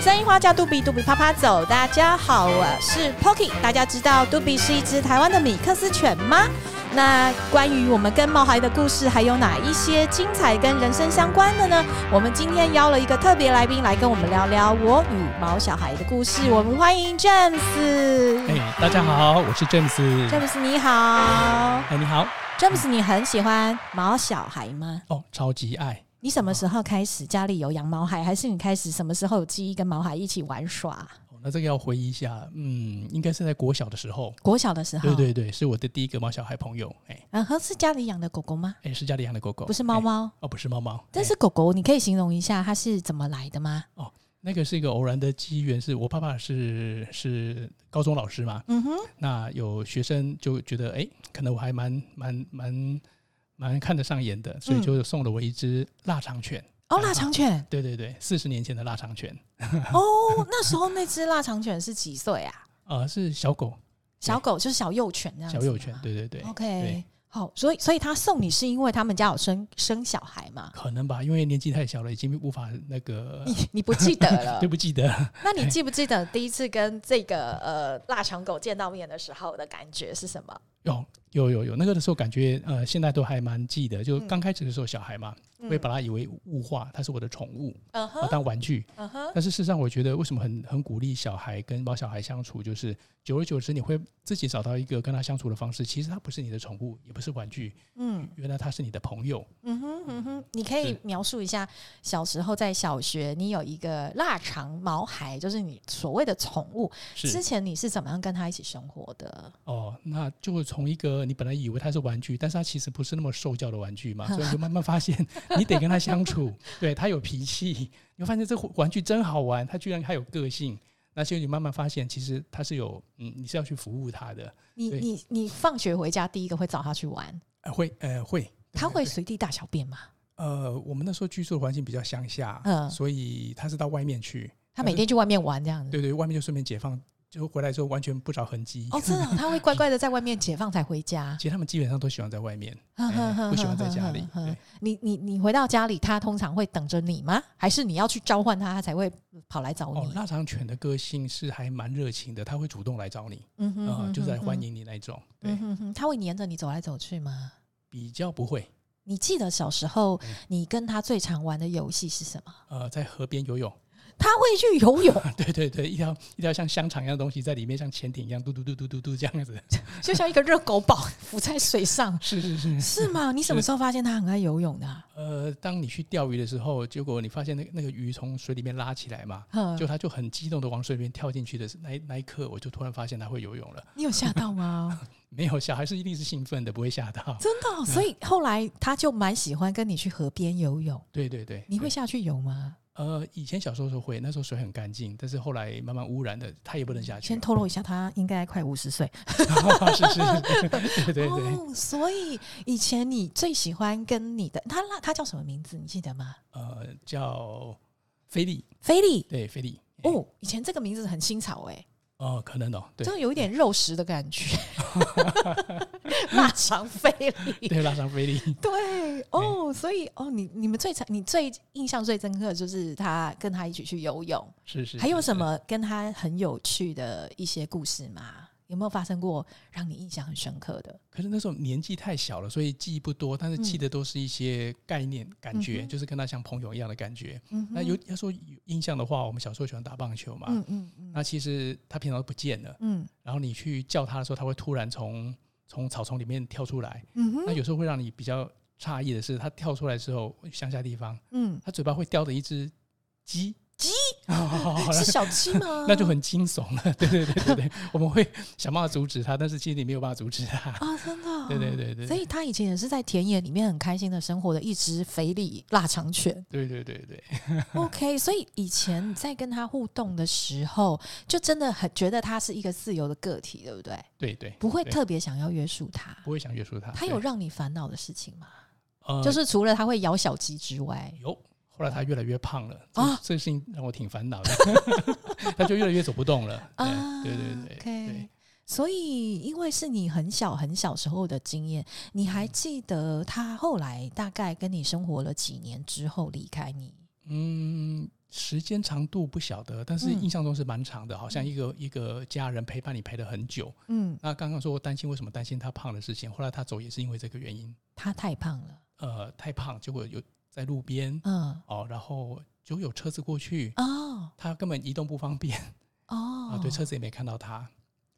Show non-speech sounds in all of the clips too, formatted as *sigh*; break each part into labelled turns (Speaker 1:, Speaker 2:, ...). Speaker 1: 三樱花叫杜比，杜比啪啪走。大家好，我是 Pocky。大家知道杜比是一只台湾的米克斯犬吗？那关于我们跟毛孩的故事，还有哪一些精彩跟人生相关的呢？我们今天邀了一个特别来宾来跟我们聊聊我与毛小孩的故事。我们欢迎 James。
Speaker 2: 哎、大家好，我是 James。
Speaker 1: James 你好
Speaker 2: 哎、你好。
Speaker 1: ，James 你很喜欢毛小孩吗？
Speaker 2: 哦，超级爱。
Speaker 1: 你什么时候开始家里有养毛孩，还是你开始什么时候有记忆跟毛孩一起玩耍？
Speaker 2: 哦那这个要回忆一下，嗯，应该是在国小的时候。
Speaker 1: 国小的时候，
Speaker 2: 对对对，是我的第一个猫小孩朋友。哎、
Speaker 1: 嗯哼，是家里养的狗狗吗？
Speaker 2: 哎、是家里养的狗狗，
Speaker 1: 不是猫
Speaker 2: 哎
Speaker 1: 猫，
Speaker 2: 哦，不是猫猫。
Speaker 1: 但
Speaker 2: 哎
Speaker 1: 是狗狗，你可以形容一下它是怎么来的
Speaker 2: *laughs*
Speaker 1: 吗？
Speaker 2: 那个是一个偶然的机缘，是我爸爸是是高中老师嘛，
Speaker 1: 嗯哼，
Speaker 2: 那有学生就觉得，哎、可能我还蛮蛮蛮蛮看得上眼的，所以
Speaker 1: 嗯
Speaker 2: 就送了我一只腊肠犬。
Speaker 1: 哦，腊肠
Speaker 2: *laughs*
Speaker 1: 犬，
Speaker 2: 对对对，四十年前的腊肠犬，
Speaker 1: 哦，那时候那只腊肠犬是几岁啊？
Speaker 2: 呃，是小狗，
Speaker 1: 小狗就是小幼犬那样子
Speaker 2: 小
Speaker 1: 吗，
Speaker 2: 幼犬，对对对。
Speaker 1: ，OK
Speaker 2: 对。
Speaker 1: 好，所以所以他送你是因为他们家有生生小孩嘛？
Speaker 2: 可能吧，因为年纪太小了，已经无法那个，
Speaker 1: 你你不记得了
Speaker 2: 呃 *laughs* 对？不记得。
Speaker 1: 那你记不记得第一次跟这个呃腊肠狗见到面的时候的感觉是什
Speaker 2: *laughs*
Speaker 1: 么？
Speaker 2: 有哦有有有，那个的时候感觉呃，现在都还蛮记得。就
Speaker 1: 嗯
Speaker 2: 刚开始的时候，小孩嘛，会
Speaker 1: 嗯
Speaker 2: 把它以为物化，它是我的宠物，
Speaker 1: 嗯
Speaker 2: 啊，
Speaker 1: 哼，
Speaker 2: 当玩具。
Speaker 1: 嗯哼，
Speaker 2: 但是事实上，我觉得为什么很很鼓励小孩跟猫小孩相处，就是久而久之，你会自己找到一个跟它相处的方式。其实它不是你的宠物，也不是玩具，
Speaker 1: 嗯。
Speaker 2: 原来它是你的朋友。
Speaker 1: 嗯哼嗯哼，你可以
Speaker 2: 是
Speaker 1: 描述一下小时候在小学，你有一个腊肠毛孩，就是你所谓的宠物。之
Speaker 2: 是
Speaker 1: 前你是怎么样跟他一起生活的？
Speaker 2: 哦，那就从一个你本来以为它是玩具，但是它其实不是那么受教的
Speaker 1: *laughs*
Speaker 2: 玩具嘛，所以你就慢慢发现，你得跟它相处。对，它有脾气，你会发现这玩具真好玩，它居然还有个性。那就你慢慢发现，其实它是有，嗯，你是要去服务它的，
Speaker 1: 你
Speaker 2: 对
Speaker 1: 你你放学回家第一个会找他去玩，
Speaker 2: 呃、会呃会，
Speaker 1: 他会随地大小便吗？
Speaker 2: 呃，我们那时候居住的环境比较乡下，
Speaker 1: 嗯
Speaker 2: 所以它是到外面去，
Speaker 1: 他每天去外面玩这样子。
Speaker 2: 对对，外面就顺便解放，就回来之后完全不着痕迹。
Speaker 1: 哦，真的
Speaker 2: *laughs*
Speaker 1: 哦、他会乖乖的在外面解放才回家，。
Speaker 2: 其实他们基本上都喜欢在外面，哎 *laughs* 不喜欢在家里
Speaker 1: *laughs* 哼
Speaker 2: 对
Speaker 1: 你你你回到家里，他通常会等着你吗？还是你要去召唤他，他才会跑来找
Speaker 2: 哦
Speaker 1: 你，？
Speaker 2: 腊肠犬的个性是还蛮热情的，它会主动来找你，
Speaker 1: 嗯哼
Speaker 2: 啊，就是来
Speaker 1: 哼
Speaker 2: 欢
Speaker 1: 哼
Speaker 2: 迎你那一种。对
Speaker 1: 嗯，哼哼，他会黏着你走来走去吗？
Speaker 2: 比较不会。
Speaker 1: 你记得小时候
Speaker 2: 嗯
Speaker 1: 你跟他最常玩的游戏是什么？
Speaker 2: 呃，在河边游泳， *laughs*
Speaker 1: 他会去游泳，
Speaker 2: 对对对，一条一条像香肠一样的东西在里面，像潜艇一样嘟嘟嘟嘟嘟嘟这样子。
Speaker 1: 就像一个热狗堡浮在水上，
Speaker 2: *laughs* 是是
Speaker 1: *laughs*
Speaker 2: 是。
Speaker 1: 是吗？你什么时候发现他很爱游泳的啊？
Speaker 2: 呃，当你去钓鱼的时候，结果你发现那个那个鱼从水里面拉起来嘛，
Speaker 1: 哼
Speaker 2: 就它就很激动的往水里面跳进去的那一那一刻，我就突然发现它会游泳了。
Speaker 1: 你有吓到
Speaker 2: *laughs*
Speaker 1: 吗？
Speaker 2: 没有，小孩是一定是兴奋的，不会吓到。
Speaker 1: 真的哦、
Speaker 2: 啊
Speaker 1: 所以后来他就蛮喜欢跟你去河边游泳。
Speaker 2: 对对对，
Speaker 1: 你
Speaker 2: 对
Speaker 1: 会下去游吗？
Speaker 2: 呃，以前小时候时候会，那时候水很干净，但是后来慢慢污染的，它也不能下去
Speaker 1: 先
Speaker 2: 了。
Speaker 1: 透露一下，他应该快五十岁
Speaker 2: *laughs* 是是是，对对对，
Speaker 1: 哦。所以以前你最喜欢跟你的他那他叫什么名字？你记得吗？
Speaker 2: 呃，叫菲力，
Speaker 1: 菲利
Speaker 2: 对菲力，哎
Speaker 1: 哦，以前这个名字很新潮哎、
Speaker 2: 哦，可能哦，对
Speaker 1: 就有一点肉食的感
Speaker 2: *laughs*
Speaker 1: 觉，腊肠菲力。
Speaker 2: 对，拉嗯上菲力，
Speaker 1: 对哦，所以哦，你你们最常你最印象最深刻的就是他跟他一起去游泳，
Speaker 2: 是
Speaker 1: *laughs*
Speaker 2: 是，
Speaker 1: 还有
Speaker 2: 是
Speaker 1: 什？么跟他很有趣的一些故事吗？有没有发生过让你印象很深刻的？
Speaker 2: 可是那时候年纪太小了，所以记忆不多，但是记
Speaker 1: 嗯
Speaker 2: 得都是一些概念、感觉，
Speaker 1: 嗯哼
Speaker 2: 就是跟他像朋友一样的感觉。
Speaker 1: 嗯哼
Speaker 2: 那有要说有印象的话，我们小时候喜欢打棒球嘛，
Speaker 1: 嗯嗯嗯
Speaker 2: 那其实他平常都不见了，
Speaker 1: 嗯
Speaker 2: 然后你去叫他的时候，他会突然从从草丛里面跳出来，
Speaker 1: 嗯哼
Speaker 2: 那有时候会让你比较诧异的是，他跳出来之后，乡下地方，
Speaker 1: 嗯，
Speaker 2: 他嘴巴会叼着一只鸡，
Speaker 1: 鸡 *laughs*
Speaker 2: 哦，？
Speaker 1: 是小鸡吗
Speaker 2: *laughs* 那就很惊悚了。对对对对对，我们会想办法阻止他，但是其实你没有办法阻止他。
Speaker 1: 啊，真 *laughs* 的哦，
Speaker 2: 对对对对
Speaker 1: 所以他以前也是在田野里面很开心的生活的一只肥力腊肠犬。
Speaker 2: 对对对对， *laughs*
Speaker 1: OK，所以以前在跟他互动的时候，就真的很觉得他是一个自由的个体，对不对？
Speaker 2: 对对，
Speaker 1: 不会
Speaker 2: 对
Speaker 1: 特别想要约束他。
Speaker 2: 不会想约束他。
Speaker 1: 他
Speaker 2: 对
Speaker 1: 有让你烦恼的事情吗？
Speaker 2: 呃
Speaker 1: 就是除了他会咬小鸡之外，
Speaker 2: 有，后来他越来越胖了
Speaker 1: 啊
Speaker 2: 啊，这个事情让我挺烦恼的， *laughs* 他就越来越走不动了。对对对对
Speaker 1: 啊 OK
Speaker 2: 对。
Speaker 1: 所以，因为是你很小很小时候的经验，你还记得他后来大概跟你生活了几年之后离开你？
Speaker 2: 嗯，时间长度不晓得，但是
Speaker 1: 嗯
Speaker 2: 印象中是蛮长的，好像一个一个家人陪伴你陪了很久。
Speaker 1: 嗯，
Speaker 2: 那刚刚说我担心为什么担心他胖的事情，后来他走也是因为这个原因，
Speaker 1: 他太胖了，
Speaker 2: 呃，太胖，结果有在路边
Speaker 1: 嗯，
Speaker 2: 哦，然后就有车子过去，
Speaker 1: 哦
Speaker 2: 他根本移动不方便
Speaker 1: 哦
Speaker 2: 啊，对，车子也没看到他，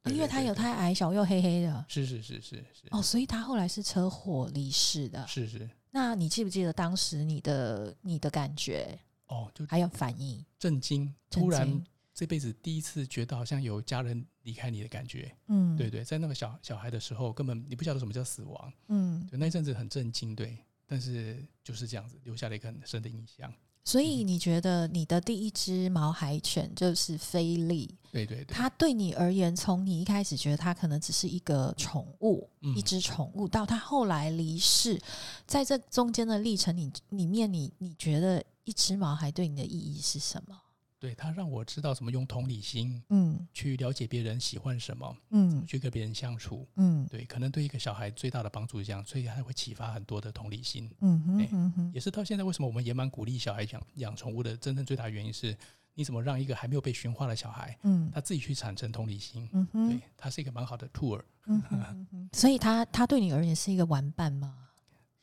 Speaker 2: 对
Speaker 1: 因为他有，
Speaker 2: 对
Speaker 1: 太矮小又黑黑的
Speaker 2: 对是是是是是
Speaker 1: 哦，所以他后来是车祸离世的。
Speaker 2: 是是
Speaker 1: 那你记不记得当时你的你的感觉
Speaker 2: 哦，就
Speaker 1: 还有反应？
Speaker 2: 震惊，
Speaker 1: 震
Speaker 2: 突然
Speaker 1: 惊
Speaker 2: 这辈子第一次觉得好像有家人离开你的感觉，
Speaker 1: 嗯，
Speaker 2: 对，对，在那个小小孩的时候，根本你不晓得什么叫死亡，
Speaker 1: 嗯，
Speaker 2: 对，那一阵子很震惊，对，但是就是这样子，留下了一个很深的印象，
Speaker 1: 所
Speaker 2: 嗯
Speaker 1: 以你觉得你的第一只毛孩犬就是菲利，
Speaker 2: 对对对，
Speaker 1: 它对你而言，从你一开始觉得它可能只是一个宠物，
Speaker 2: 嗯
Speaker 1: 一只宠物，到它后来离世，在这中间的历程你里面你，你觉得一只毛孩对你的意义是什么？
Speaker 2: 对他让我知道怎么用同理心
Speaker 1: 嗯
Speaker 2: 去了解别人喜欢什么，
Speaker 1: 嗯
Speaker 2: 去跟别人相处，
Speaker 1: 嗯
Speaker 2: 对，可能对一个小孩最大的帮助是这样，所以他会启发很多的同理心。
Speaker 1: 嗯哼
Speaker 2: 哎
Speaker 1: 嗯哼
Speaker 2: 也是到现在，为什么我们也蛮鼓励小孩养养宠物的？真正最大的原因是，你怎么让一个还没有被驯化的小孩，
Speaker 1: 嗯
Speaker 2: 他自己去产生同理心？
Speaker 1: 嗯
Speaker 2: 对
Speaker 1: 哼，
Speaker 2: 他是一个蛮好的 tour。
Speaker 1: 嗯
Speaker 2: *laughs*
Speaker 1: 哼嗯哼，所以它它对你而言是一个玩伴吗？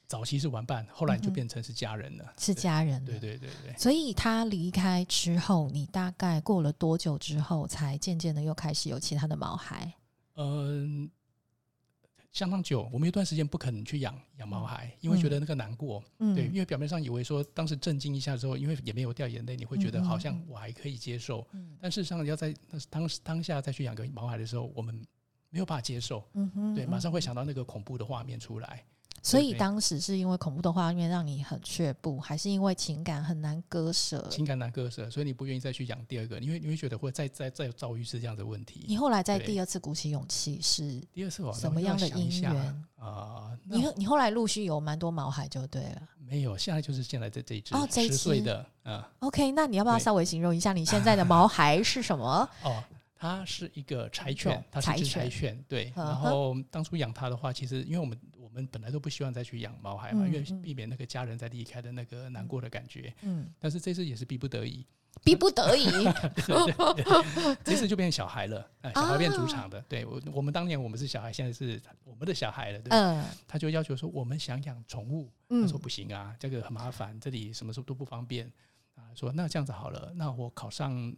Speaker 2: 早期是玩伴，后来
Speaker 1: 嗯
Speaker 2: 就
Speaker 1: 哼
Speaker 2: 变成是家人了。
Speaker 1: 是家人？
Speaker 2: 对对对对，
Speaker 1: 所以他离开之后，你大概过了多久之后，才渐渐的又开始有其他的毛孩？
Speaker 2: 嗯、相当久，我们有一段时间不肯去养养毛孩，因为觉得那个难过。
Speaker 1: 嗯
Speaker 2: 对，因为表面上以为说当时震惊一下之后，因为也没有掉眼泪，你会觉
Speaker 1: 嗯
Speaker 2: 得
Speaker 1: 嗯
Speaker 2: 好像
Speaker 1: 嗯
Speaker 2: 我还可以接受。
Speaker 1: 嗯
Speaker 2: 但事实上，要在那当当下再去养个毛孩的时候，我们没有办法接受，
Speaker 1: 嗯哼
Speaker 2: 对，马上
Speaker 1: 嗯
Speaker 2: 会想到那个恐怖的画面出来。
Speaker 1: 所以
Speaker 2: 对
Speaker 1: 当时是因为恐怖的画面让你很却步，还是因为情感很难割舍？
Speaker 2: 情感难割舍，所以你不愿意再去养第二个，因为你会觉得会再再再遭遇是这样的问
Speaker 1: 你
Speaker 2: 题。
Speaker 1: 后来在
Speaker 2: 对
Speaker 1: 第二次鼓起勇气是，
Speaker 2: 第二次哦我
Speaker 1: 什么样的
Speaker 2: 想一
Speaker 1: 因
Speaker 2: 下
Speaker 1: 缘
Speaker 2: 啊？那
Speaker 1: 你你后来陆续有蛮多毛孩就对了。
Speaker 2: 没有，现在就是现在这这一只
Speaker 1: 哦这一
Speaker 2: 十岁
Speaker 1: 只
Speaker 2: 的啊
Speaker 1: OK，那你要不要
Speaker 2: 对
Speaker 1: 稍微形容一下你现在的毛孩是什么？
Speaker 2: *laughs* 哦，它是一个柴
Speaker 1: 种
Speaker 2: 犬，它是一只
Speaker 1: 柴
Speaker 2: 柴
Speaker 1: 犬
Speaker 2: 犬，对。
Speaker 1: 嗯
Speaker 2: 然
Speaker 1: 哼
Speaker 2: 后当初养它的话，其实因为我们我们本来都不希望再去养毛孩嘛，因为
Speaker 1: 嗯嗯
Speaker 2: 避免那个家人在离开的那个难过的感觉。
Speaker 1: 嗯，
Speaker 2: 但是这次也是逼不得已，
Speaker 1: 逼不得
Speaker 2: *laughs*
Speaker 1: 已。
Speaker 2: 这次就变小孩
Speaker 1: *laughs*
Speaker 2: 了，啊，小孩变主
Speaker 1: 啊
Speaker 2: 场的。对我我们当年我们是小孩，现在是我们的小孩了，对不对。
Speaker 1: 嗯
Speaker 2: 他就要求说我们想养宠物，他说
Speaker 1: 嗯
Speaker 2: 不行啊，这个很麻烦，这里什么时候都不方便啊。说那这样子好了，那我考上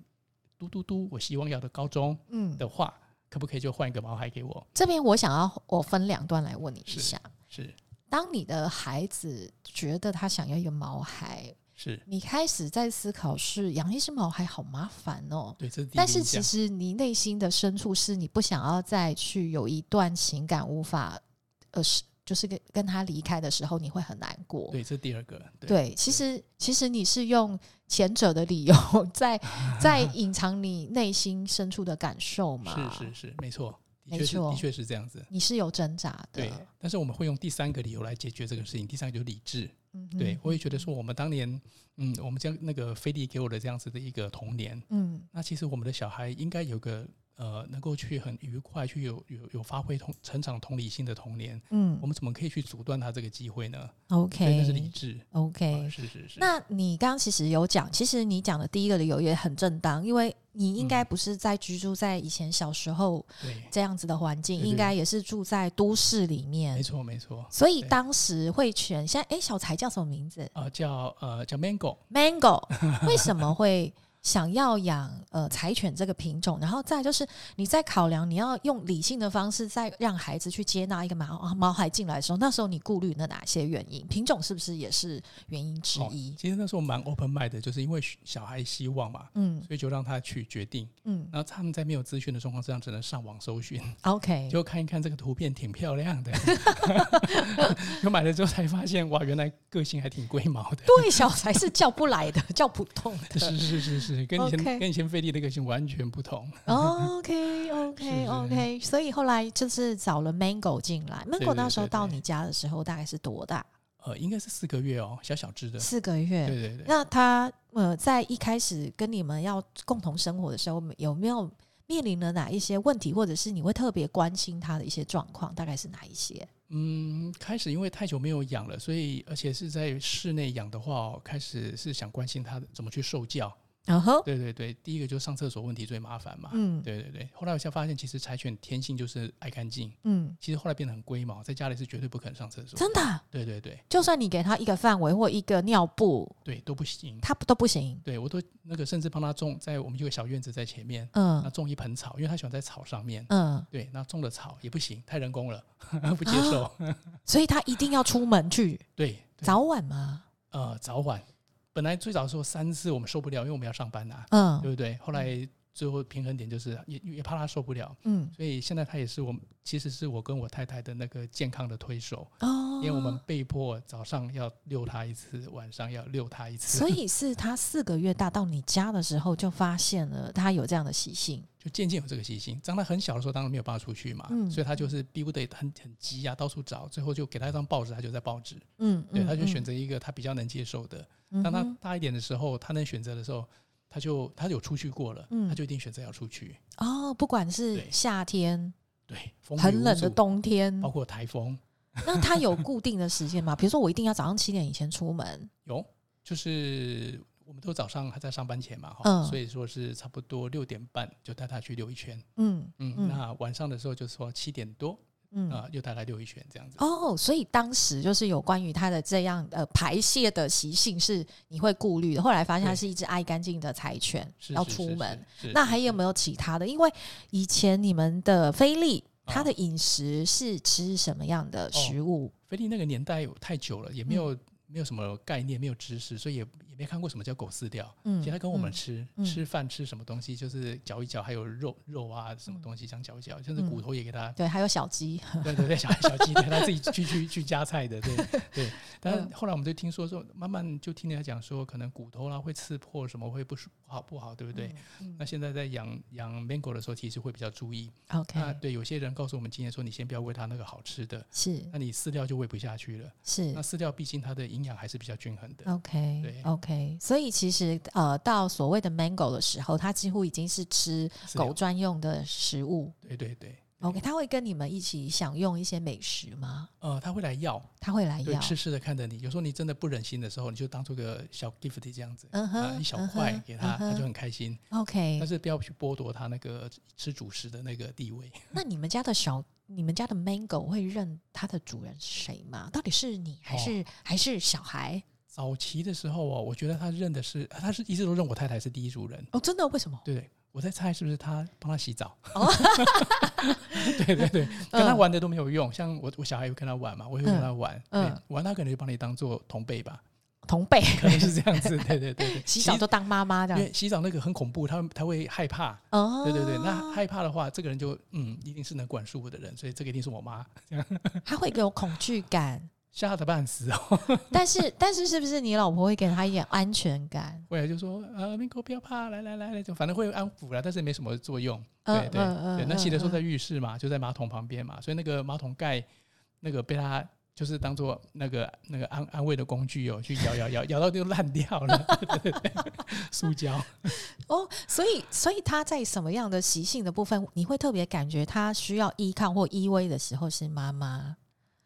Speaker 2: 嘟嘟嘟，我希望要的高中
Speaker 1: 嗯，
Speaker 2: 的话，可不可以就换一个毛孩给我？
Speaker 1: 这边我想要我分两段来问你一
Speaker 2: 是
Speaker 1: 下。
Speaker 2: 是
Speaker 1: 当你的孩子觉得他想要一个毛孩，
Speaker 2: 是，
Speaker 1: 你开始在思考是养一只毛孩好麻烦哦。
Speaker 2: 对，这是第一
Speaker 1: 但是
Speaker 2: 印
Speaker 1: 其
Speaker 2: 象
Speaker 1: 实你内心的深处是你不想要再去有一段情感无法，呃，是就是跟跟他离开的时候，你会很难过。
Speaker 2: 对，这是第二个，对
Speaker 1: 对，其实其实你是用前者的理由在
Speaker 2: *laughs*
Speaker 1: 在隐藏你内心深处的感受嘛？
Speaker 2: 是是，是，没错，的
Speaker 1: 没
Speaker 2: 确是
Speaker 1: 错
Speaker 2: 的确是这样子。
Speaker 1: 你是有挣扎的。
Speaker 2: 对，但是我们会用第三个理由来解决这个事情。第三个就是理智，
Speaker 1: 嗯哼
Speaker 2: 对我也觉得说，我们当年，嗯，我们这样那个菲利给我的这样子的一个童年，
Speaker 1: 嗯
Speaker 2: 那其实我们的小孩应该有个呃，能够去很愉快，去有有有发挥同成长同理心的童年，我
Speaker 1: 嗯
Speaker 2: 们怎么可以去阻断他这个机会呢？所以那是理
Speaker 1: ，OK
Speaker 2: 智。
Speaker 1: OK，
Speaker 2: 啊是是是。
Speaker 1: 那你刚刚其实有讲，其实你讲的第一个理由也很正当，因为你应
Speaker 2: 嗯
Speaker 1: 该不是在居住在以前小时候
Speaker 2: 对，
Speaker 1: 这样子的环境，
Speaker 2: 对对
Speaker 1: 应该也是住在都市里
Speaker 2: 没
Speaker 1: 面，
Speaker 2: 错没错。
Speaker 1: 所以
Speaker 2: 对
Speaker 1: 当时会选现在哎、诶小才叫什么名字
Speaker 2: 呃，叫呃叫 Mango，
Speaker 1: ？Mango，为 *laughs* 什么会想要养呃柴犬这个品种？然后再来就是你在考量你要用理性的方式，再让孩子去接纳一个毛啊毛孩进来的时候，那时候你顾虑了哪些原因？品种是不是也是原因之
Speaker 2: 哦
Speaker 1: 一？
Speaker 2: 其实那时候蛮 open mind 的，就是因为小孩希望嘛，
Speaker 1: 嗯
Speaker 2: 所以就让他去决定。
Speaker 1: 嗯
Speaker 2: 然后他们在没有资讯的状况之下，只能上网搜寻，
Speaker 1: ，OK，
Speaker 2: 就看一看这个图片挺漂
Speaker 1: *laughs*
Speaker 2: 亮的。 *laughs* 就买了之后才发现，哇，原来个性还挺龟毛的。
Speaker 1: 对，小才是叫不来的， *laughs* 叫不动的。
Speaker 2: *laughs* 是是是是，跟以前
Speaker 1: OK
Speaker 2: 跟以前费力的个性完全不同。
Speaker 1: OK
Speaker 2: 是是
Speaker 1: OK
Speaker 2: 是
Speaker 1: OK，所以后来就是找了 Mango 进来。Mango
Speaker 2: 对
Speaker 1: 那时候
Speaker 2: 对对
Speaker 1: 到你家的时候大概是多大？
Speaker 2: 呃，应该是四个月哦，小小只的。
Speaker 1: 四个
Speaker 2: 对
Speaker 1: 月。
Speaker 2: 对对，
Speaker 1: 那他呃，在一开始跟你们要共同生活的时候，有没有面临了哪一些问题，或者是你会特别关心他的一些状况？大概是哪一些？
Speaker 2: 嗯，开始因为太久没有养了，所以而且是在室内养的话哦、开始是想关心它怎么去受教，
Speaker 1: 然后，
Speaker 2: 对对对，第一个就是上厕所问题最麻烦嘛。
Speaker 1: 嗯
Speaker 2: 对对对，后来我才发现，其实柴犬天性就是爱干净，
Speaker 1: 嗯，
Speaker 2: 其实后来变得很龟毛，在家里是绝对不可能上厕所。
Speaker 1: 真的啊，
Speaker 2: 对对对
Speaker 1: 就算你给它一个范围或一个尿布，
Speaker 2: 对，都不行。
Speaker 1: 它不都不行。
Speaker 2: 对我都那个，甚至帮他种在我们有个小院子在前面，那
Speaker 1: 嗯
Speaker 2: 种一盆草，因为他喜欢在草上面。
Speaker 1: 嗯，
Speaker 2: 对，那种了草也不行，太人工了， *laughs* 不接受。
Speaker 1: 所以它一定要出门去，
Speaker 2: 对，
Speaker 1: 啊
Speaker 2: 对
Speaker 1: 早晚嘛。
Speaker 2: 呃早晚，本来最早的时候三次我们受不了，因为我们要上班呐、啊
Speaker 1: 嗯
Speaker 2: 对不对？后来最后平衡点就是也也怕他受不了，
Speaker 1: 嗯
Speaker 2: 所以现在他也是我们，其实是我跟我太太的那个健康的推手，
Speaker 1: 哦
Speaker 2: 因为我们 *laughs* 被迫早上要遛他一次，晚上要遛他一次，
Speaker 1: 所以是他四个月大到你家的时候就发现了他有这样的习性，
Speaker 2: 就渐渐有这个习性。当他很小的时候，当然没有办法出去嘛，
Speaker 1: 嗯
Speaker 2: 所以他就是逼不得很很急啊，到处找，最后就给他一张报纸，他就在报纸，
Speaker 1: 嗯，
Speaker 2: 对，
Speaker 1: 嗯
Speaker 2: 他就选，择一个他比较能接受的。
Speaker 1: 嗯
Speaker 2: 当他
Speaker 1: 嗯
Speaker 2: 大一点的时候，他能选择的时候，他就他有出去过了，
Speaker 1: 嗯
Speaker 2: 他就一定选择要出去。
Speaker 1: 哼哦，不管是
Speaker 2: 对
Speaker 1: 夏天
Speaker 2: 对，风哦雨
Speaker 1: 很
Speaker 2: 无
Speaker 1: 冷的
Speaker 2: 阻
Speaker 1: 冬天
Speaker 2: 包，括台风，
Speaker 1: *laughs* 那他有固定的时
Speaker 2: *laughs*
Speaker 1: 间吗？比如说我一定要早上七点以前出门，
Speaker 2: 有，就是我们都早上还在上班前嘛，哈、
Speaker 1: 嗯
Speaker 2: 所以说是差不多六点半就带他去溜一圈，
Speaker 1: 嗯
Speaker 2: 嗯，那晚上的时候就说七点多啊、
Speaker 1: 嗯。
Speaker 2: 呃又带他溜一圈这样子。
Speaker 1: 哦，所以当时就是有关于他的这样呃排泄的习性是你会顾虑的，后来发现他
Speaker 2: 对
Speaker 1: 是一只爱干净的柴犬，
Speaker 2: 是
Speaker 1: 要
Speaker 2: 是
Speaker 1: 出
Speaker 2: 是
Speaker 1: 门，
Speaker 2: 是是
Speaker 1: 那还有
Speaker 2: 有？
Speaker 1: 没有其他的？因为以前你们的菲力，
Speaker 2: 啊
Speaker 1: 它的饮食是吃什么样的食物？
Speaker 2: 菲利那个年代有太久了，也
Speaker 1: 嗯
Speaker 2: 没有、没有什么概念，没有知识，所以也也没看过什么叫狗饲料。
Speaker 1: 嗯
Speaker 2: 其实它跟我们吃、
Speaker 1: 嗯
Speaker 2: 吃饭吃什么东西，就是嚼一嚼，还有肉肉啊什
Speaker 1: 嗯
Speaker 2: 么东西这样嚼一嚼，甚至骨头也给它，
Speaker 1: 对，还有小鸡，
Speaker 2: *laughs* 对对对，小小鸡给它自己去去去加菜
Speaker 1: *laughs*
Speaker 2: 的，对对。但
Speaker 1: 嗯
Speaker 2: 是后来我们就听说说，慢慢就听人家讲说，可能骨头啦啊会刺破，什么会不舒不好不好，对
Speaker 1: *laughs*
Speaker 2: 不对？
Speaker 1: 嗯
Speaker 2: 那现在在养养 mango 的时候，其实会比较注意。那
Speaker 1: ，OK，
Speaker 2: 对有些人告诉我们经验说，你先不要喂它那个好吃的，
Speaker 1: 是
Speaker 2: 那你饲料就喂不下去了。
Speaker 1: 是
Speaker 2: 那饲料毕竟它的营养还是比较均衡
Speaker 1: 哦
Speaker 2: 的。
Speaker 1: ，OK
Speaker 2: 对
Speaker 1: OK。所以其实呃，到所谓的 mango 的时候，它几乎已经是吃
Speaker 2: 饲料
Speaker 1: 狗专用的食物。
Speaker 2: 对对对，
Speaker 1: OK，它会跟你们一起享用一些美食吗？
Speaker 2: 呃，它会来要，
Speaker 1: 它会来
Speaker 2: 对，
Speaker 1: 要，
Speaker 2: 痴痴的看着你。有时候你真的不忍心的时候，你就当做个小 gift 这样子，
Speaker 1: 嗯
Speaker 2: 啊，
Speaker 1: 哼，
Speaker 2: 一小
Speaker 1: 嗯
Speaker 2: 块
Speaker 1: 哼
Speaker 2: 给他，
Speaker 1: 嗯
Speaker 2: 他就
Speaker 1: 哼
Speaker 2: 很开心。但
Speaker 1: OK。
Speaker 2: 是不要去剥夺他那个吃主食的那个地位。 *laughs*
Speaker 1: 那你们家的小，你们家的 mango 会认它的主人是谁吗？到底是你还
Speaker 2: 哦
Speaker 1: 是、还是小孩？
Speaker 2: 早期的时候哦，我觉得他认的是，他是一直都认我太太是第一主人，
Speaker 1: 哦，真的？为什么？ *laughs*
Speaker 2: 对对。我在猜是不是他帮他洗澡？
Speaker 1: 哦
Speaker 2: *laughs*
Speaker 1: 嗯
Speaker 2: 对对对，跟他玩的都没有用。像我我小孩有跟他玩嘛，我也会跟他玩，对
Speaker 1: 嗯
Speaker 2: 玩他可能就把你当做同辈吧， *laughs*
Speaker 1: 同辈
Speaker 2: 可能是这
Speaker 1: *laughs*
Speaker 2: 样子。对对对对，
Speaker 1: 洗澡都当妈妈这
Speaker 2: 因
Speaker 1: 样
Speaker 2: 为洗澡那个很恐怖，他他会害怕。
Speaker 1: 哦
Speaker 2: 对对对，那害怕的话，这个人就嗯，一定是能管束我的人，所以这个一定是我妈，
Speaker 1: 他会有恐惧感，
Speaker 2: 吓得半死哦。
Speaker 1: 但是但是是不是你老婆会给他一点安全感？
Speaker 2: 后来就说呃，Mingo 不要怕，来来来来，就反正会安抚啦，但是没什么作用。对
Speaker 1: 嗯
Speaker 2: 对
Speaker 1: 嗯
Speaker 2: 对，
Speaker 1: 嗯
Speaker 2: 那洗的时候
Speaker 1: 嗯
Speaker 2: 在浴室嘛，就在马桶旁边嘛，所以那个马桶盖那个被他就是当做那个那个安安慰的工具哦，去摇摇摇摇到就烂掉了， *laughs* 对对对，塑胶。
Speaker 1: 哦，所以所以他在什么样的习性的部分，你会特别感觉他需要依靠或依偎的时候是妈妈，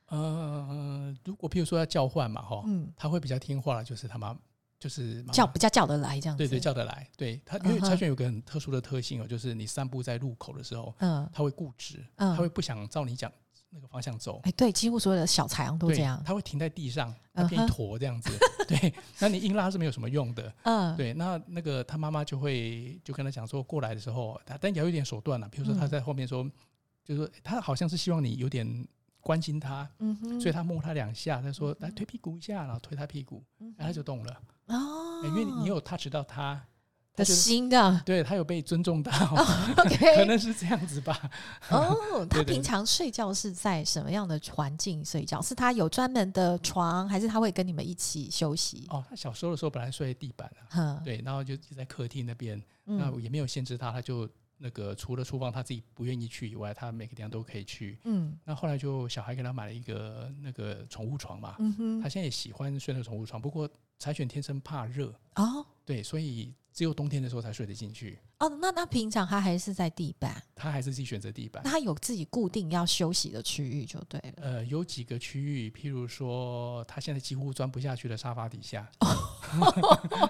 Speaker 2: 呃，如果譬如说要叫唤嘛，哈，
Speaker 1: 嗯，
Speaker 2: 他会比较听话了，就是他妈就是哦妈妈
Speaker 1: 叫比较叫得来这样子，
Speaker 2: 对对，叫得来。对它，因
Speaker 1: 嗯
Speaker 2: 为
Speaker 1: 哼
Speaker 2: 柴犬有个很特殊的特性哦，就是你散步在路口的时候，
Speaker 1: 嗯
Speaker 2: 它会固执，
Speaker 1: 嗯，
Speaker 2: 它会不想照你讲那个方向走。
Speaker 1: 哎，对，几乎所有的小豺狼都
Speaker 2: 对
Speaker 1: 这样，
Speaker 2: 它会停在地上，它
Speaker 1: 嗯哼
Speaker 2: 变一坨这样
Speaker 1: *laughs*
Speaker 2: 子。对，那你硬拉是没有什么用的。
Speaker 1: 嗯，
Speaker 2: 对，那那个他妈妈就会就跟他讲说，过来的时候，他但也要有点手段啊了、比如说他
Speaker 1: 嗯
Speaker 2: 在后面说，就是说他好像是希望你有点关心他，
Speaker 1: 嗯哼，
Speaker 2: 所以他摸他两下，他说哎来推屁股一下，然后推他屁股，哎
Speaker 1: 嗯哼
Speaker 2: 然后他就动了。
Speaker 1: 哦，
Speaker 2: 因为你你有 touch 到他，他
Speaker 1: 的
Speaker 2: 觉得
Speaker 1: 心的
Speaker 2: 对他有被尊重到， *laughs* 可
Speaker 1: *laughs* ，OK，
Speaker 2: 能是这样子
Speaker 1: *laughs*
Speaker 2: 吧。 *laughs*
Speaker 1: 哦，他
Speaker 2: 对对
Speaker 1: 平常睡觉是在什么样的环境睡觉？是他有专门的床，还是他会跟你们一起休息？
Speaker 2: 哦，他小时候的时候本来睡地板啊，
Speaker 1: 哼，
Speaker 2: 对，然后就就在客厅那边，那
Speaker 1: 嗯
Speaker 2: 也没有限制他，他就那个除了厨房他自己不愿意去以外，他每个地方都可以去。
Speaker 1: 嗯
Speaker 2: 那后来就小孩给他买了一个那个宠物床嘛，
Speaker 1: 嗯哼
Speaker 2: 他现在也喜欢睡那个宠物床，不过柴犬天生怕热，
Speaker 1: 哦，
Speaker 2: 对，所以只有冬天的时候才睡得进去。
Speaker 1: 哦，那那平常他还是在地板，
Speaker 2: 他还是自己选择地板
Speaker 1: 那。他有自己固定要休息的区域就对了。 *laughs*
Speaker 2: 呃，有几个区域，譬如说他现在几乎钻不下去的沙发底下，
Speaker 1: 哦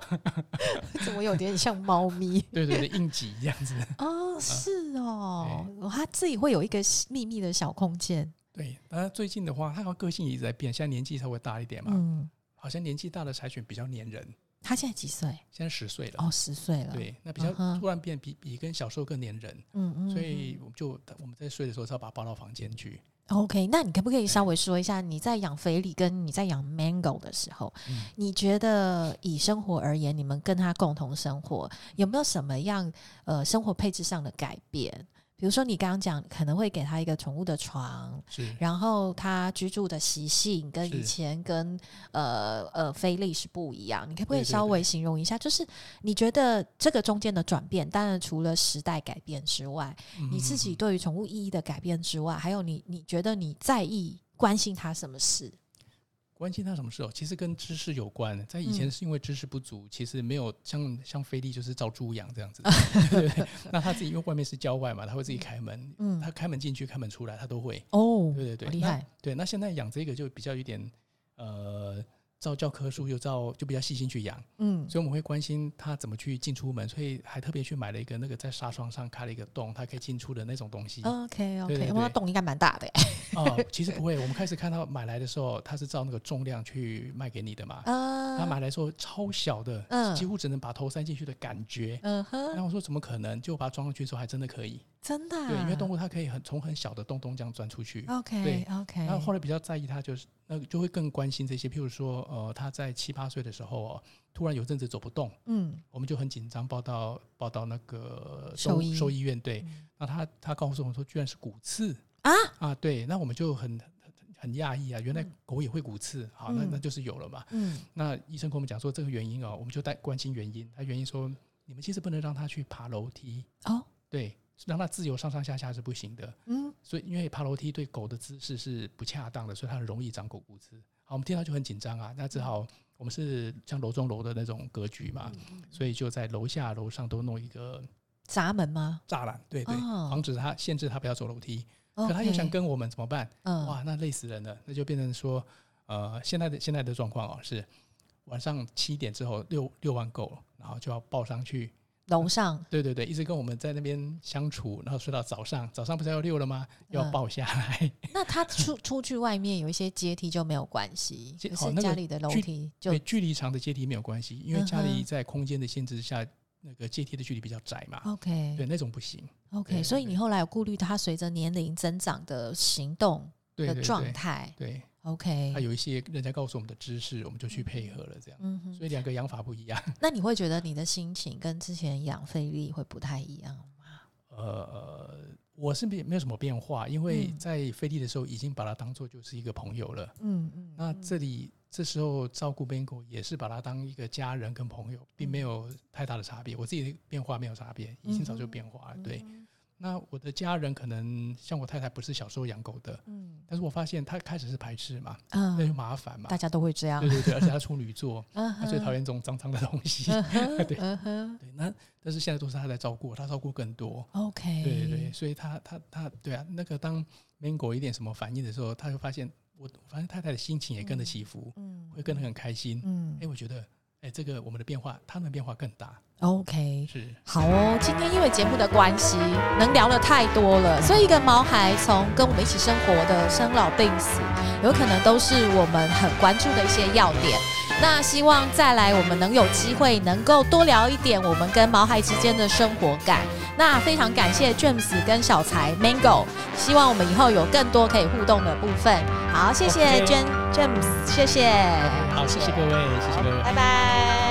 Speaker 1: 怎么有点像猫咪？
Speaker 2: 对对对，硬挤这样子。
Speaker 1: *laughs* 哦，是哦，他自己会有一个秘密的小空间。
Speaker 2: 对，当然最近的话，他好像个性也在变，现在年纪稍微大一点嘛，
Speaker 1: 嗯，
Speaker 2: 好像年纪大的柴犬比较粘人，
Speaker 1: 他现在几岁？
Speaker 2: 现在十岁了。
Speaker 1: 哦，十岁了。，
Speaker 2: 对，那比较
Speaker 1: 嗯哼
Speaker 2: 突然变比比跟小时候更粘人，
Speaker 1: 嗯嗯。
Speaker 2: 所以我们就我们在睡的时候是要把它抱到房间去。
Speaker 1: OK，那你可不可以稍微说一下，你在养肥里跟你在养 Mango 的时候，
Speaker 2: 嗯
Speaker 1: 你觉得以生活而言，你们跟他共同生活有没有什么样呃生活配置上的改变？比如说你刚刚讲可能会给他一个宠物的床，
Speaker 2: 是
Speaker 1: 然后他居住的习性跟
Speaker 2: 是
Speaker 1: 以前跟呃呃菲利是不一样，你可不可以
Speaker 2: 对对
Speaker 1: 稍
Speaker 2: 对
Speaker 1: 微形容一下？就是你觉得这个中间的转变，当然除了时代改变之外，
Speaker 2: 嗯
Speaker 1: 你自己对于宠物意义的改变之外，还有你你觉得你在意关心它什么事？
Speaker 2: 关心他什么事哦？其实跟知识有关。在以前
Speaker 1: 嗯
Speaker 2: 是因为知识不足，其实没有像像菲利就是照猪养这
Speaker 1: *laughs*
Speaker 2: 样子。对对对那他自己因为外面是郊外嘛，他会自己开门，
Speaker 1: 嗯
Speaker 2: 他开门进去、开门出来，他都会。
Speaker 1: 哦，
Speaker 2: 对对对，
Speaker 1: 好厉
Speaker 2: 那
Speaker 1: 害。
Speaker 2: 对，那现在养这个就比较有点呃，照教科书又照就比较细心去养，
Speaker 1: 嗯
Speaker 2: 所以我们会关心他怎么去进出门，所以还特别去买了一个那个在纱窗上开了一个洞，它可以进出的那种东西。
Speaker 1: ，OK
Speaker 2: 对对
Speaker 1: OK，
Speaker 2: 对
Speaker 1: 哇，洞应该蛮大的耶。欸
Speaker 2: *laughs* 哦，其实不会，我们开始看到买来的时候，它是照那个重量去卖给你的嘛。他
Speaker 1: 啊，
Speaker 2: 买来的时候超小的，
Speaker 1: 嗯
Speaker 2: 几乎只能把头塞进去的感觉。
Speaker 1: 嗯
Speaker 2: 然
Speaker 1: 哼，
Speaker 2: 后我说怎么可能？就把它装上去之后，还真的可以。
Speaker 1: 真的啊、
Speaker 2: 对，因为动物它可以很从很小的洞洞这样钻出去。
Speaker 1: 嗯 OK
Speaker 2: 对
Speaker 1: OK，
Speaker 2: 然后后来比较在意它，就是那就会更关心这些，譬如说，呃，它在七八岁的时候哦，突然有阵子走不动， *laughs*
Speaker 1: 嗯
Speaker 2: 我们就很紧张，报到报到那个
Speaker 1: 兽
Speaker 2: 动物
Speaker 1: 医
Speaker 2: 兽医院。对，
Speaker 1: 嗯
Speaker 2: 那他他告诉我们说，居然是骨刺
Speaker 1: 啊
Speaker 2: 啊！对，那我们就很很很讶异啊，原来狗也会骨刺，好，那
Speaker 1: 嗯
Speaker 2: 那就是有了嘛。
Speaker 1: 嗯
Speaker 2: 那医生跟我们讲说这个原因哦，我们就带关心原因。他原因说，你们其实不能让他去爬楼梯，
Speaker 1: 哦
Speaker 2: 对，让他自由上上下下是不行的。
Speaker 1: 嗯
Speaker 2: 所以因为爬楼梯对狗的姿势是不恰当的，所以它很容易长狗骨刺。好，我们听到就很紧张啊，那只好我们是像楼中楼的那种格局嘛，
Speaker 1: 嗯
Speaker 2: 所以就在楼下楼上都弄一个
Speaker 1: 闸门吗？
Speaker 2: 栅栏，对对，
Speaker 1: 哦
Speaker 2: 防止它限制它不要走楼梯。可它又
Speaker 1: OK，
Speaker 2: 想跟我们怎么办？
Speaker 1: 嗯
Speaker 2: 哇，那累死人了，那就变成说，呃，现在的现在的状况哦是。晚上七点之后，六六万够，然后就要抱上去。
Speaker 1: 楼上
Speaker 2: 对对对，一直跟我们在那边相处，然后睡到早上。早上不是要遛了吗？要
Speaker 1: 嗯
Speaker 2: 抱下来。
Speaker 1: 那他出出去外面有一些阶梯就没有关系，
Speaker 2: 阶
Speaker 1: 可
Speaker 2: 哦
Speaker 1: 是
Speaker 2: 那
Speaker 1: 家
Speaker 2: 个
Speaker 1: 里的楼
Speaker 2: 距
Speaker 1: 梯就
Speaker 2: 对，距离长的阶梯没有关系，因为家
Speaker 1: 嗯哼
Speaker 2: 里在空间的限制下，那个阶梯的距离比较窄
Speaker 1: 哦
Speaker 2: 嘛。对，
Speaker 1: OK
Speaker 2: 那种不行。
Speaker 1: OK，
Speaker 2: 对
Speaker 1: 所以
Speaker 2: 对
Speaker 1: 你后来有顾虑他随着年龄增长的行动
Speaker 2: 对
Speaker 1: 的
Speaker 2: 对
Speaker 1: 状
Speaker 2: 对，哎
Speaker 1: 态
Speaker 2: 对，还
Speaker 1: OK，
Speaker 2: 有一些人家告诉我们的知识，我们就去配合了，这样。
Speaker 1: 嗯哼，
Speaker 2: 所以两个养法不一样。
Speaker 1: 那你会觉得你的心情跟之前养菲力会不太一样吗？
Speaker 2: 呃，我是没没有什么变化，因为
Speaker 1: 嗯
Speaker 2: 在飞地的时候已经把它当做就是一个朋友了。
Speaker 1: 嗯嗯，
Speaker 2: 那这里这时候照顾 Bingo 也是把它当一个家人跟朋友，并没有
Speaker 1: 嗯
Speaker 2: 太大的差别。我自己的变化没有差别，已经早就变
Speaker 1: 嗯
Speaker 2: 化了。对，那我的家人可能像我太太不是小时候养狗的，
Speaker 1: 嗯
Speaker 2: 但是我发现她开始是排斥嘛，那就
Speaker 1: 嗯，
Speaker 2: 麻烦嘛
Speaker 1: 大。家都会这样
Speaker 2: 对，对对，而且她处女座，
Speaker 1: *laughs* 嗯
Speaker 2: 她最
Speaker 1: 哼
Speaker 2: 讨厌这种脏脏的东西。
Speaker 1: 嗯哼
Speaker 2: *laughs* 对
Speaker 1: 嗯哼
Speaker 2: 对，那但是现在都是她在照顾我，她照顾更多。
Speaker 1: ，OK，
Speaker 2: 对对对，所以她她她对啊，那个当 Mango 有一点什么反应的时候，她会发现我，反正太太的心情也跟着起伏，
Speaker 1: 嗯
Speaker 2: 会跟得很开心。
Speaker 1: 嗯
Speaker 2: 哎，我觉得哎，这个我们的变化，他们的变化更大。
Speaker 1: ，OK，
Speaker 2: 是
Speaker 1: 好哦，今天因为节目的关系，能聊的太多了，所以一个毛孩从跟我们一起生活的生老病死，有可能都是我们很关注的一些要点。那希望再来我们能有机会能够多聊一点我们跟毛孩之间的生活感。那非常感谢 James 跟小才 Mango，希望我们以后有更多可以互动的部分。好，谢谢
Speaker 2: OK
Speaker 1: Jan James，谢谢，
Speaker 2: 好，谢谢各位，谢谢各位。
Speaker 1: 拜拜。